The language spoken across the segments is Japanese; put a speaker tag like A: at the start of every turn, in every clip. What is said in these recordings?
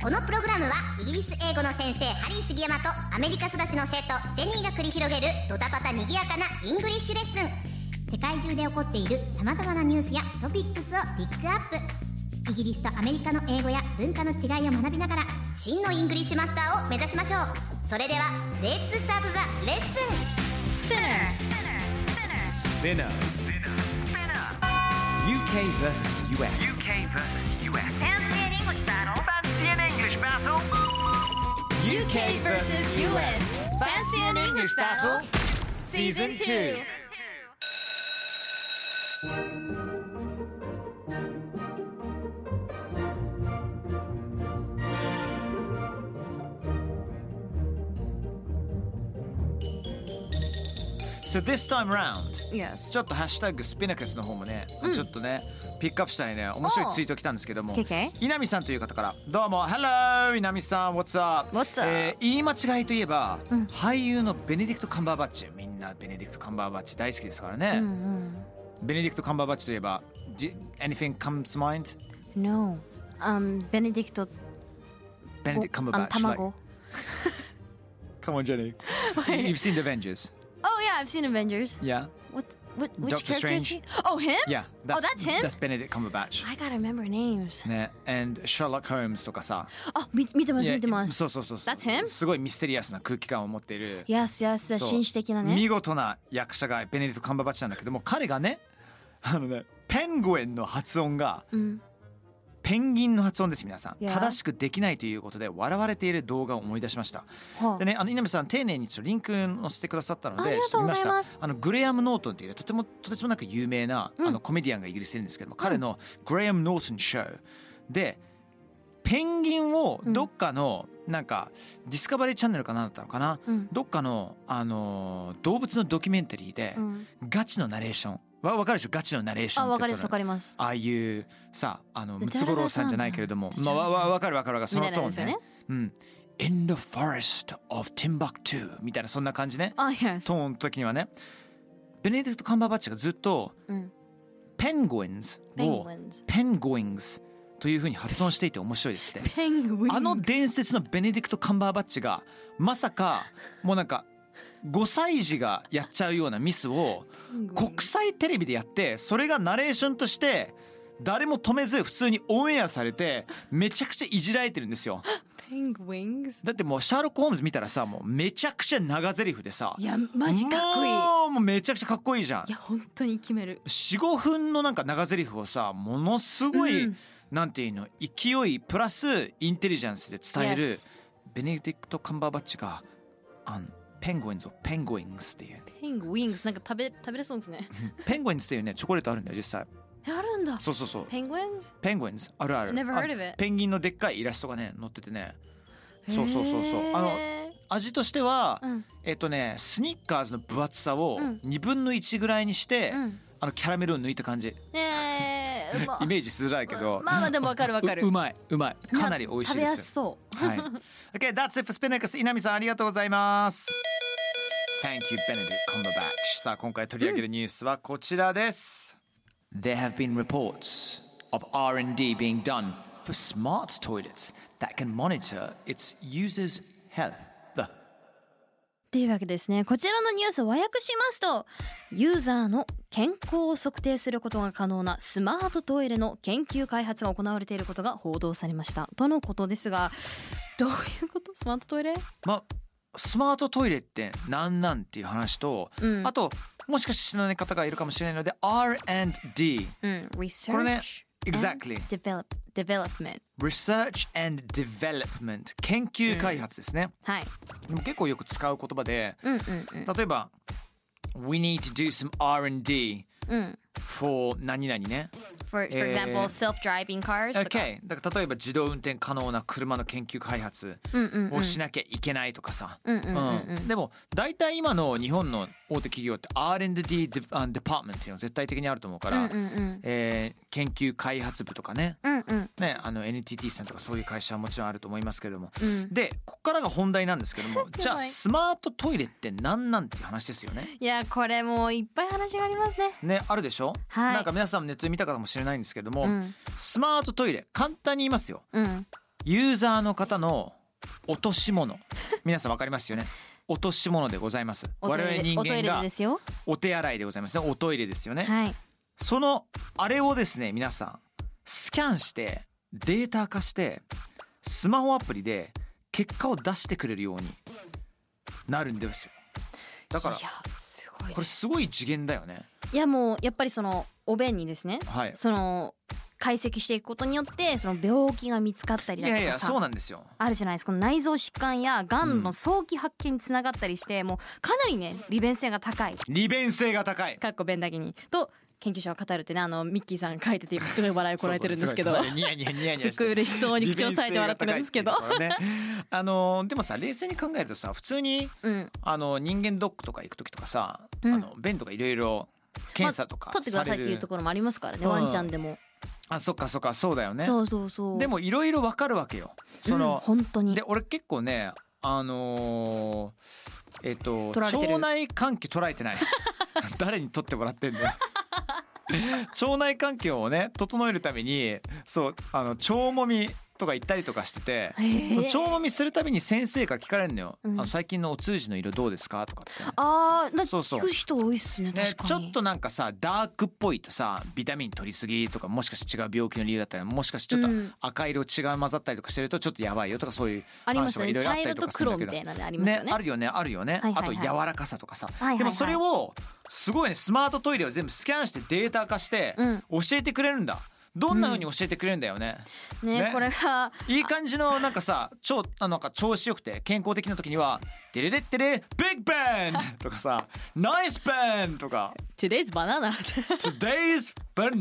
A: このプログラムはイギリス英語の先生ハリー杉山とアメリカ育ちの生徒ジェニーが繰り広げるドタパタにぎやかなイングリッシュレッスン世界中で起こっているさまざまなニュースやトピックスをピックアップイギリスとアメリカの英語や文化の違いを学びながら真のイングリッシュマスターを目指しましょうそれではレッツスタートザレッスン
B: Spinner. UK versus US.
C: UK versus US. Fancy an English battle. Fancy an English battle.
B: UK versus US.
C: Fancy an English battle.
B: Season 2. そう、this time round ちょっとハッシュタグスピナカスの方もね、ちょっとねピックアップしたいね面白いツイート来たんですけども
D: けけ
B: 稲見さんという方からどうも Hello 稲見さん What's up?
D: What's up？
B: えー言い間違いといえば、俳優のベネディクト・カンバーバッチみんなベネディクト・カンバーバッチ大好きですからね、ベネディクト・カンバーバッチといえば do- Anything comes to mind?
D: No um, ベネディクト
B: ベネディクト・カンバーバッチ like, Come on Jenny You've seen The Avengers
E: Oh yeah, I've seen Avengers.
B: Yeah
E: What? What? Which
B: Doctor
E: character is he?
B: Strange.
E: Oh him?
B: Yeah
E: Oh, that's him?
B: That's Benedict Cumberbatch
E: I gotta remember names.
B: ね And Sherlock Holmes とかさ
E: あ、み見てま
B: い
E: す
B: や
E: 見てます。
B: そうそうそうそう
E: That's him?
B: すごいミステリアスな空気感を持っている
E: Yes, yes,
B: そう
E: 紳士的なね。
B: 見事な役者がベネディクト・カンバーバッチなんだけども彼がね あのねペングウェンの発音が
E: うん。
B: ペンギンの発音です皆さん
E: Yeah.
B: 正しくできないということで笑われている動画を思い出しました
E: は
B: でねあの稲見さん丁寧にちょっとリンク載せてくださったの
E: あり
B: でちょ
E: が
B: っ
E: とう
B: と
E: ご
B: 見
E: ざ
B: ま
E: いま
B: した
E: す
B: あのグレアム・ノートンっていうとてもとてつもなく有名なあのコメディアンがイギリスにいるんですけども彼のグレアム・ノートン・ショーでペンギンをどっかのなんかディスカバリーチャンネルかなんだったのかな
E: うん
B: どっかのあのー動物のドキュメンタリーで
E: うん。
B: ガチのナレーションわわかるでしょガチのナレーション
E: あ、
B: っ
E: わ
B: て
E: かります
B: そ
E: わ
B: の
E: かります。
B: ああいうさあの
E: で
B: ムツゴロウさんじゃないけれども
E: ダラダ
B: まあ
E: ラ
B: わ
E: さん
B: わわかるわかるわかるそ
E: み
B: の
E: たいなや
B: トー
E: つ
B: ン
E: よ
B: ね
E: ね。
B: うん。In the forest of Timbuktu みたいなそんな感じね
E: あ、yes。
B: トーンの時にはねベネディクト・カンバーバッチがずっと
E: うん。
B: ペンゴインズを
E: Penguins
B: ペンゴインズというふうに発音していて面白いですってあの伝説のベネディクト・カンバーバッチがまさかもうなんか5歳児がやっちゃうようなミスを国際テレビでやってそれがナレーションとして誰も止めず普通にオンエアされてめちゃくちゃいじられてるんですよ
E: Penguins。
B: だってもうシャーロック・ホームズ見たらさもうめちゃくちゃ長ゼリフでさ
E: いや、マジかっこいい。い
B: もうもうめちゃくちゃかっこいいじゃん
E: や、本当に決める。
B: 45分のなんか長ゼリフをさものすごい、
E: うん
B: なんていうの勢いプラスインテリジェンスで伝える、
E: Yes
B: ベネディクト・カンバーバッチがあのペンゴインズをペンゴインズっていう
E: Penguins なんか食べ食べれそうですね。
B: ペンゴインズっていうねチョコレートあるんだよ実際
E: えあるんだ。
B: そうそうそう
E: Penguins。
B: ペンゴインズあるある
E: Never heard
B: あ
E: of it
B: ペンギンのでっかいイラストがね載っててねそうそうそうそうあの
E: へ
B: 味としては、
E: ーうん
B: えっとねスニッカーズの分厚さを
E: うん
B: 2分の1ぐらいにして、
E: うん。
B: あのキャラメルを抜いた感じ
E: ええ、まあ
B: イメージしづらいけど、
E: まあまあでもわかるわかる
B: うう。まいうまいかなり美味しい
E: 食べ
B: で
E: や
B: す
E: すそう。
B: はい OK That's it for Spinnex 稲見さんありがとうございます Thank you Benedict Cumberbatch さあ今回取り上げるニュースはこちらです、There have been reports of R&D being done for smart toilets that can monitor its users' health
E: っていうわけですねこちらのニュースを和訳しますとユーザーの健康を測定することが可能なスマートトイレの研究開発が行われていることが報道されましたとのことですがどういうことスマートトイレ
B: まあスマートトイレってなんなんっていう話と、
E: うん
B: あともしかして知らない方がいるかもしれないので R&D
E: うん research
B: これね Exactly
E: and develop development
B: Research and Development 研究開発ですね、
E: はい
B: でも結構よく使う言葉で
E: うんうんうん
B: 例えば We need to do some R&D
E: うん
B: for 何々ね
E: for, for
B: えー
E: example, self-driving cars とか。
B: OK だから例えば自動運転可能な車の研究開発
E: うんうんうん
B: をしなきゃいけないとかさ、
E: うんうんうんうん
B: でも大体今の日本の大手企業って R&D デあデパートメントっていうのは絶対的にあると思う
E: う
B: から、
E: んうんうん
B: えー研究開発部とかね
E: うんうん
B: ねあの NTT さんとかそういう会社はもちろんあると思いますけれども
E: うん。
B: でここからが本題なんですけどもじゃあ
E: やばい
B: スマートトイレって何なんていう話ですよね。
E: いやこれもういっぱい話がありますね。
B: ねあるでしょ、
E: はい
B: なんか皆さんもネットで見たかもしれないんですけども、
E: うん
B: スマートトイレ簡単に言いますよ
E: うん。
B: ユーザーの方の落とし物皆さんわかりますよね落とし物でございます
E: おトイ
B: 我
E: レ
B: 々
E: でおト
B: 人間
E: イレで
B: が
E: ですよ。
B: お手洗いでございますねおトイレですよね、
E: はい。
B: そのあれをですね皆さんスキャンしてデータ化してスマホアプリで結果を出してくれるようになるんですよだから
E: いやすごいね
B: これすごい次元だよね
E: いやもうやっぱりそのお便にですね
B: はい
E: その解析していくことによってその病気が見つかったり
B: い
E: だとか
B: や
E: さ
B: いやそうなんですよ
E: あるじゃないですかこの内臓疾患やがん
B: う
E: の
B: ん
E: 早期発見につながったりして、もうかなりね利便性が高い
B: 利便性が高い
E: かっこ便だけにと研究者は語るってねあのミッキーさん書いてて今すごい笑いこられてるんですけど
B: そうそうニヤニヤニヤニヤして
E: すっごい嬉しそうに口を押さえて笑ってるん ですけど
B: 利便性が高いっていうところねあのでもさ冷静に考えるとさ普通に
E: うん
B: あの人間ドックとか行く時とかさ、
E: うん
B: あの便とかいろいろ検査とか
E: 取ってくださいっていうところもありますからね
B: うん
E: ワンちゃんでも、
B: ろあそっかそっかそうだよね
E: そうそうそう
B: でもいろいろわかるわけよそ
E: うん、
B: の、
E: 本当に
B: で俺結構ねあのーえっ、と
E: 取られてる
B: 腸内環境捉えてない 誰に取ってもらってんだよ腸内環境をね整えるためにそうあの腸もみとか行ったりとかしてて、
E: へー
B: その腸もみするたびに先生から聞かれるのよ、
E: うん
B: あの最近のお通じの色どうですかとかって
E: あーなんか
B: そうそう
E: 聞く人多いっすね
B: ね
E: 確、かに
B: ちょっとなんかさダークっぽいとさビタミン取りすぎとかもしかして違う病気の理由だったりもしかしてちょっ
E: うん
B: と赤色違う混ざったりとかしてるとちょっとやばいよとかそういう
E: ありま
B: 話
E: す
B: とか
E: よ
B: い
E: ね
B: ろいろ
E: 茶
B: あった
E: 色
B: りと
E: と
B: かするん
E: 黒
B: だけ
E: み
B: ど
E: たいなのあります
B: ね
E: よね
B: あるよねあるよね、
E: はいはいはい
B: あと柔らかさとかさ、
E: いはいはい
B: でもそれをすごいねスマートトイレを全部スキャンしてデータ化して
E: うん
B: 教えてくれるんだどんな風に教えてくれるんだよね、
E: ね
B: ね
E: これが
B: いい感じのなんかさ超あのなんか調子よくて健康的な時には「デレレッテレビッグベン!」とかさ「ナイスベン!」とか
E: Today's banana
B: 「Today's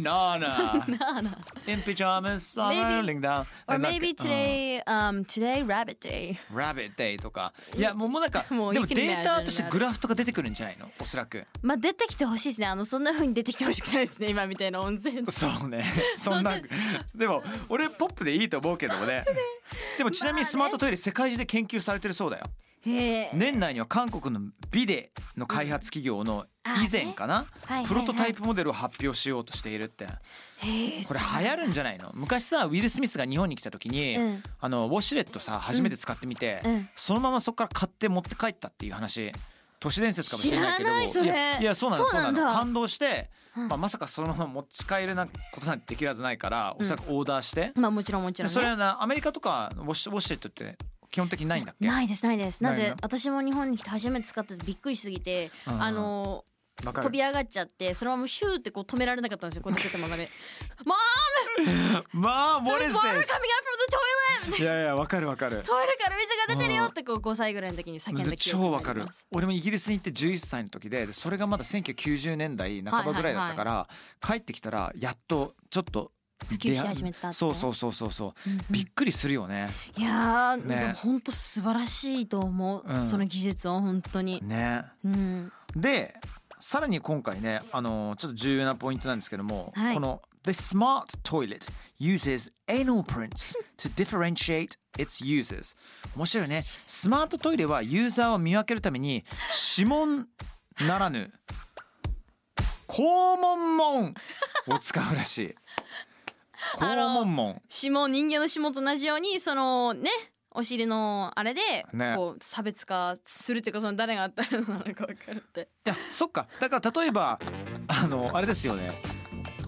B: banana!」In pajamas,
E: Maybe-
B: sailing down.
E: or
B: なんか
E: maybe
B: うん
E: today um today rabbit day
B: Rabbit Day とかいやもうもうなんか
E: もう
B: でも
E: you can
B: データ
E: imagine
B: としてグラフとか出てくるんじゃないのおそらく
E: まあ出てきてほしいですねあのそんな風に出てきてほしくないですね今みたいな温泉
B: そ う ねそんなでも俺ポップでいいと思うけど もねでもちなみにスマートトイレ世界中で研究されてるそうだよ
E: へえ、
B: 年内には韓国のビデの開発企業の以前かな
E: はいはい
B: プロトタイプモデルを発表しようとしているって
E: へえ
B: これ流行るんじゃないの昔さウィル・スミスが日本に来た時に、
E: うん
B: あのウォシュレットさ初めて使ってみて、
E: うん
B: そのままそこから買って持って帰ったっていう話都市伝説かもしれないけ
E: 知
B: ど
E: らないそれ
B: やいやそうなの
E: そう
B: そう
E: な
B: なん
E: だ
B: の感動して、
E: うん
B: まあ、まさかそのまま持ち帰るなんことなんてできるはずないからおそらくオーダーして、
E: まあもちろんもちろん、ね、
B: それはなアメリカとかウォシュウォシュレットって基本的にないんだっけ
E: ないですないです
B: な
E: ないん
B: の
E: で私も日本に来て初めて使っててびっくりしすぎて
B: うん
E: あの
B: わか
E: 飛
B: る
E: び上がっちゃってそのままヒューってこう止められなかったんですよこう立てたままで「も
B: ま
E: う
B: あ what
E: There's water coming
B: is
E: up from
B: this?
E: the toilet!」
B: いやいやわかるわかる
E: トイレから水が出てるよってこう5歳ぐらいの時に叫んだ記憶
B: 超わか
E: が
B: る
E: あります
B: 俺もイギリスに行って11歳の時ででそれがまだ1990年代半ばぐらいだったから、帰ってきたらやっとちょっと普
E: 及し始めたってね
B: そうそうそうそうそう、
E: うんうん
B: びっくりするよね
E: いやー、
B: ね
E: でも本当素晴らしいと思う、
B: うん
E: その技術は本当に、
B: ね
E: うん、
B: でさらに今回ねあのちょっと重要なポイントなんですけども、
E: はい
B: この The smart toilet uses anal prints to differentiate its users 面白いねスマートトイレはユーザーを見分けるために指紋ならぬ肛門門を使うらしい
E: あの
B: 肛門門
E: 指紋人間の指紋と同じようにそのねお尻のあれで
B: ね
E: こう差別化するっていうかその誰があったのなのか分かるって
B: いやそっかだから例えばあのあれですよね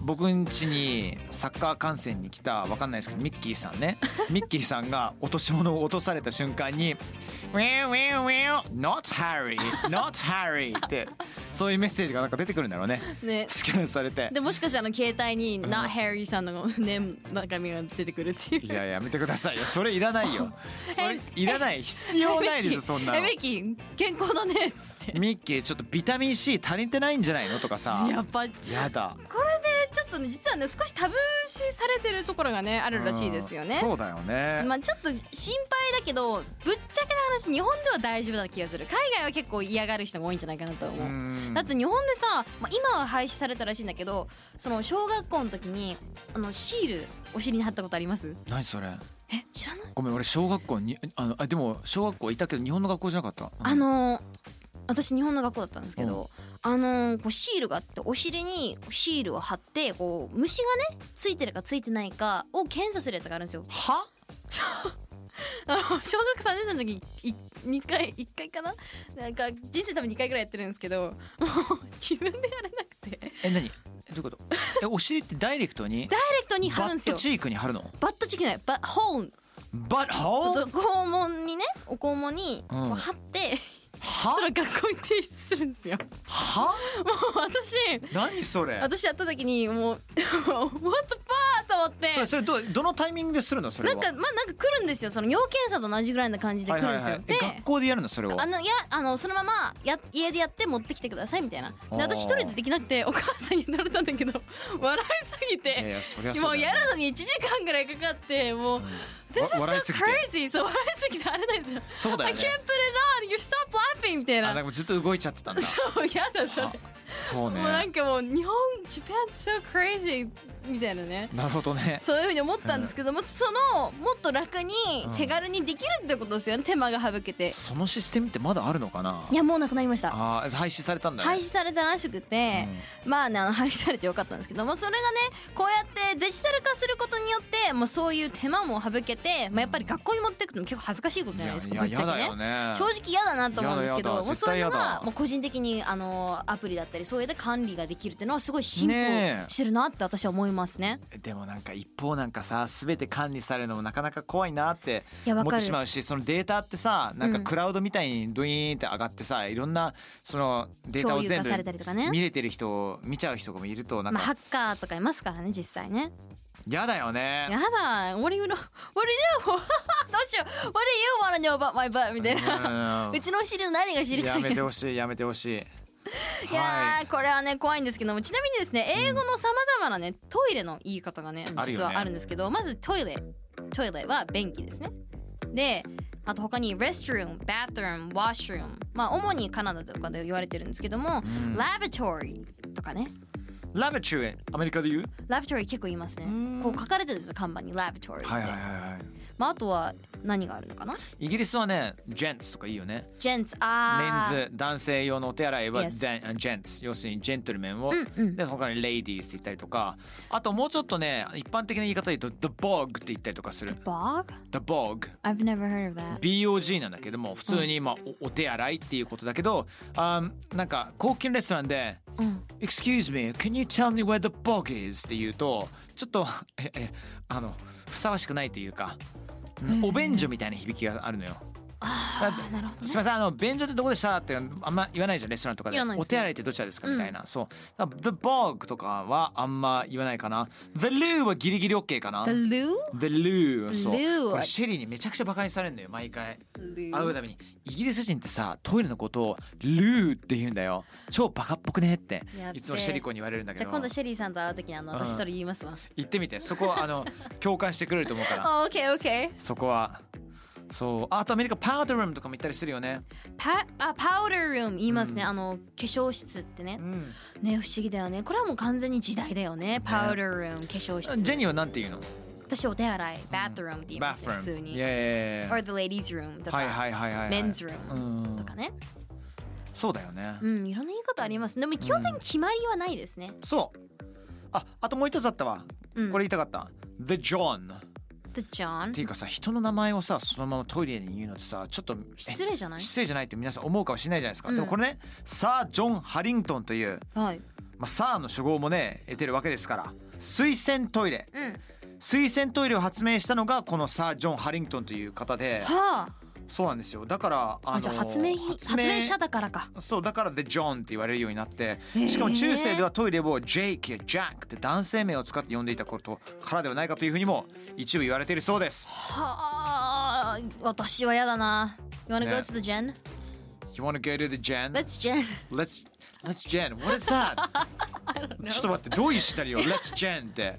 B: 僕ん家にサッカー観戦に来たわかんないですけどミッキーさんねミッキーさんが落とし物を落とされた瞬間に「ウィウィウィ not Harry not Harry」ってそういうメッセージがなんか出てくるんだろうね
E: ね
B: スキャンされて
E: でもしかしたらあの携帯に「Not Harry」さんのね中身が出てくるっていう
B: いややめてくださいよそれいらないよそれいらない必要ないですそんな
E: え
B: の
E: ベッキー健康だねっつって
B: ミッキーちょっとビタミン C 足りてないんじゃないのとかさ
E: やっぱこれで
B: やだ
E: ちょっとね実はね少しタブー視されてるところがねあるらしいですよね
B: うん。そうだよね。
E: まあ、ちょっと心配だけどぶっちゃけな話日本では大丈夫な気がする海外は結構嫌がる人が多いんじゃないかなと思う、
B: うん
E: だって日本でさ、まあ、今は廃止されたらしいんだけどその小学校の時にあのシールお尻に貼ったことあります
B: 何それ。
E: え知らない、
B: ごめん俺小学校にあのあでも小学校いたけど日本の学校じゃなかった。うん
E: あのー私日本の学校だったんですけど、あのーこうシールがあってお尻にシールを貼ってこう虫がねついてるかついてないかを検査するやつがあるんですよ
B: は？
E: あの小学3年生の時い2回1回かななんか人生多分2回ぐらいやってるんですけどもう自分でやれなくてダイレ
B: え何？えどういうこと？ えお尻ってダイレクトに？
E: クトに貼
B: バ
E: るんで
B: ッ
E: すよ
B: トチークに貼るの？
E: バットチキンじゃないバッホーン
B: バッホ
E: そ
B: ー？
E: う肛門にねお肛門にこう
B: うん
E: 貼って、
B: は
E: それを学校に提出するんですよ も
B: は？
E: う私
B: 何それ？
E: 私やった時にもう 「What the fuck!」と思って
B: それそれどうどのタイミングでするのそれ
E: な
B: は？
E: んかまあなんか来るんですよその尿検査と同じぐらいの感じで来るんですよ、
B: え
E: で
B: 学校でやるのそれを。
E: あのいやあのそのままや家でやって持ってきてくださいみたいなで
B: あー
E: 私一人でできなくてお母さんに言われたんだけど笑いすぎ
B: いやい
E: て
B: やそりゃそうだ
E: も
B: よ
E: う
B: ね
E: やるのに1時間ぐらいかかってもう「This
B: わ
E: is
B: 笑いす
E: so
B: ぎて
E: crazy」そう笑いすぎてあれないですよ「
B: そうだ
E: I
B: よ
E: can't
B: ね
E: put it on you stop laughing」みたい
B: あで
E: な
B: もずっと動いちゃってたん だ。
E: そうやだそれ
B: はそ
E: もう
B: う
E: な
B: ね。
E: んかもう日本 Japan's so crazy みたいなね
B: なるほどね。
E: そういうふうに思ったんですけどもそのもっと楽に
B: うん
E: 手軽にできるってことですよね手間が省けて
B: そのシステムってまだあるのかな。
E: いやもうなくなりました
B: ああ廃止されたんだね。
E: 廃止されたらしくて、まあねあの廃止されてよかったんですけどもそれがねこうやってデジタル化することによってもうそういう手間も省けて、まあ、やっぱり学校に持っていくの結構恥ずかしいことじゃないですか
B: や
E: ぶっちゃけ
B: やだよ
E: ね。
B: ね。
E: 正直嫌だなと思うんですけど
B: やだやだ
E: もうそういうの
B: 絶対や
E: が
B: だ
E: もう個人的にあのアプリだったりそういうで管理ができるっていうのはすごい進歩
B: ねえ
E: してるなって私は思いますね。
B: でもなんか一方なんかさ全て管理されるのもなかなか怖いなって
E: いやわ
B: 思っ
E: か
B: て
E: る
B: しまうしそのデータってさなんか
E: うん
B: クラウドみたいにドイーンって上がってさいろんなそのデータ
E: 共
B: を
E: 有
B: 全
E: 化されたり
B: 部
E: とかね
B: 見。れてる人を見ちゃう人もいるとなん
E: まあ、ハ
B: か
E: ッカーとかいますからね実際ね。
B: 嫌だよ
E: や
B: ね。
E: だ What do you know? What do you know? どうしよう What do you wanna know about my butt? みたいな。
B: うん
E: うちのお尻の何が知りた
B: や
E: い
B: め
E: か
B: てほしいやめてほしい。
E: いや
B: はい
E: ーこれはね怖いんですけどもちなみにですね英語のさまざまなねトイレの言い方がね
B: あるよ
E: 実
B: ね
E: はあるんですけど、まずトイレトイレは便器ですねであと他に restroom、bathroom、washroom まあ主にカナダとかで言われてるんですけども、lavatory とかね
B: ラブチューアメリカで言う？
E: lavatory 結構言いますねこう書かれてるんですよ看板に lavatory って、
B: はいはいはいはい。
E: まああとは何があるのかな
B: イギリスはねジェンツとかいいよね。
E: gents あー
B: メンズ男性用のお手洗いは
E: Yes
B: デンジェンツ要するにジェントルメンを、
E: うんうん
B: で他にレイディースって言ったりとかあともうちょっとね一般的な言い方で言うと The Bog って言ったりとかする
E: bog
B: The Bog
E: I've never heard of that
B: BOG なんだけども普通に、まあ、おお手洗いっていうことだけどあーなんか高級レストランで
E: うん
B: Excuse me, can you tell me where the bog is? って言うとちょっとええあのふさわしくないというか、うんお便所みたいな響きがあるのよ。 だって
E: なるほどね
B: すみませんあの便所ってどこでしたってあんま言わないじゃんレストランとかで
E: 言わないですね
B: お手洗いってどちらですかみたいな、そうだから The bog とかはあんま言わないかな The loo はギリギリ OK かな
E: the loo
B: The loo そう
E: loo は
B: これシェリーにめちゃくちゃバカにされるのよ毎回会うたびにイギリス人ってさトイレのことをルーって言うんだよ超バカっぽくねって
E: やっべ
B: いつもシェリコに言われるんだ
E: じ
B: け
E: ゃあ
B: ど
E: 今度シェリーさんと会う時にあの
B: うん
E: 私それ言いますわ。
B: 行ってみてそこは あの共感してくれると思うから
E: オッケーオッケ
B: そこはそうあとアメリカパウダールームとかも行ったりするよね
E: ー。パあパウダールーム言いますね、あの化粧室ってね
B: う。ん
E: ね不思議だよね。これはもう完全に時代だよね。パウダールーム化粧室。
B: ジェニーはなんて言うの
E: 私お手洗いバットルームって言います、ね、普通
B: bathroom い
E: に。
B: やいやいや
E: or the ladies room とか、
B: はいはいはいはい
E: men's
B: う
E: room
B: ん
E: とかね。
B: そうだよね
E: うんいろんな言い方あります。でも基本的に決まりはないですね。
B: そうああともう一つあったわ
E: うん
B: これ言いたかった The John っ
E: the
B: て
E: John
B: いうかさ人の名前をさそのままトイレに言うのってさちょっとえ
E: 失礼じゃない？
B: 失礼じゃないって皆さん思うかもしれないじゃないですか、
E: うん
B: でもこれねサー・ジョン・ハリントンという、
E: はい。
B: まあ、サーの初号もね得てるわけですから水洗トイレ
E: うん。は
B: 水洗トイレを発明したのがこのサー・ジョン・ハリントンという方で
E: あ。
B: そうなんですよだからあ
E: あじゃあ発明品発明者
B: だ
E: だからか。
B: そうだから「The John」って言われるようになって
E: へえ
B: しかも中世ではトイレを「ジェイク」や「ジャック」って男性名を使って呼んでいたことからではないかというふうにも一部言われているそうです。
E: はあ私は嫌だな。You wanna
B: ね
E: go to the gen?
B: You wanna go to the Jen?
E: Let's gen.
B: Let's let's Jen. What is that? ちょっと待ってどういうシナリオ Let's Jen って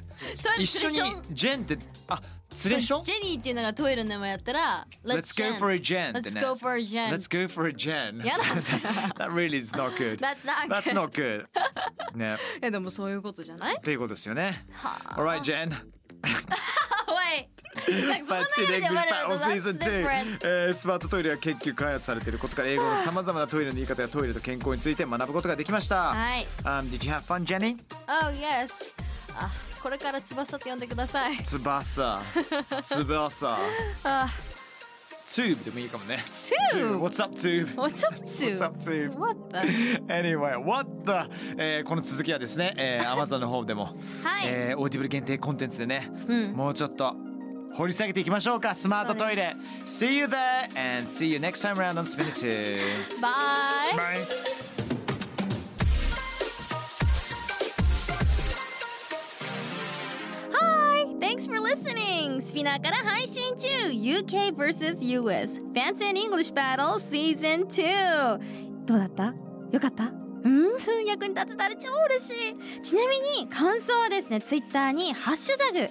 B: 一緒に Jen ってあツレション
E: ジェニーっていうのがトイレの名前やったら
B: Let's go for a Jen って
E: Let's
B: ね
E: go for a Jen
B: Let's go for a Jen
E: やだ
B: That really is not good
E: That's not good
B: That's not good ね
E: えでもそういうことじゃない
B: っていうことですよね
E: はあ
B: Alright Jen
E: おいなんかその
B: That's it
E: 流れで
B: English
E: 言われる
B: Battle
E: と
B: Season
E: That's different
B: 2、えー、スマートトイレは研究開発されていることから英語のさまざまなトイレの言い方やトイレと健康について学ぶことができました、
E: はい
B: um, Did you have fun Jenny?
E: Oh yes あこれから翼って呼んでください
B: 翼翼
E: あ
B: Tube でもいいかもね
E: Tube
B: What's up Tube?
E: What's up to?
B: What's up Tube?
E: What the?
B: Anyway, what the、えーこの続きはですね、えー、Amazon の方でも、
E: はい
B: えーオーディブル限定コンテンツでね、
E: うん
B: もうちょっと掘り下げていきましょうかスマートトイレ See you there and see you next time round on Spin It Too
E: バイ
B: Bye
E: Hi! Thanks for listening! スピナーから配信中 UK vs.US Fancy and English Battle Season 2どうだったよかったうん役に立てたら超嬉しいちなみに感想はですね Twitter に「ハッシュタグ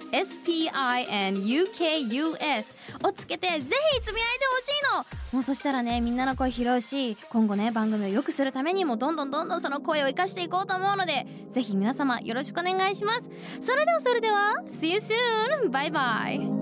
E: #SPINUKUS」をつけてぜひつぶやいてほしいのもうそしたらねみんなの声拾うし今後ね番組を良くするためにもどんどんどんどんその声を生かしていこうと思うのでぜひ皆様よろしくお願いしますそれではそれでは See you soon! バイバイ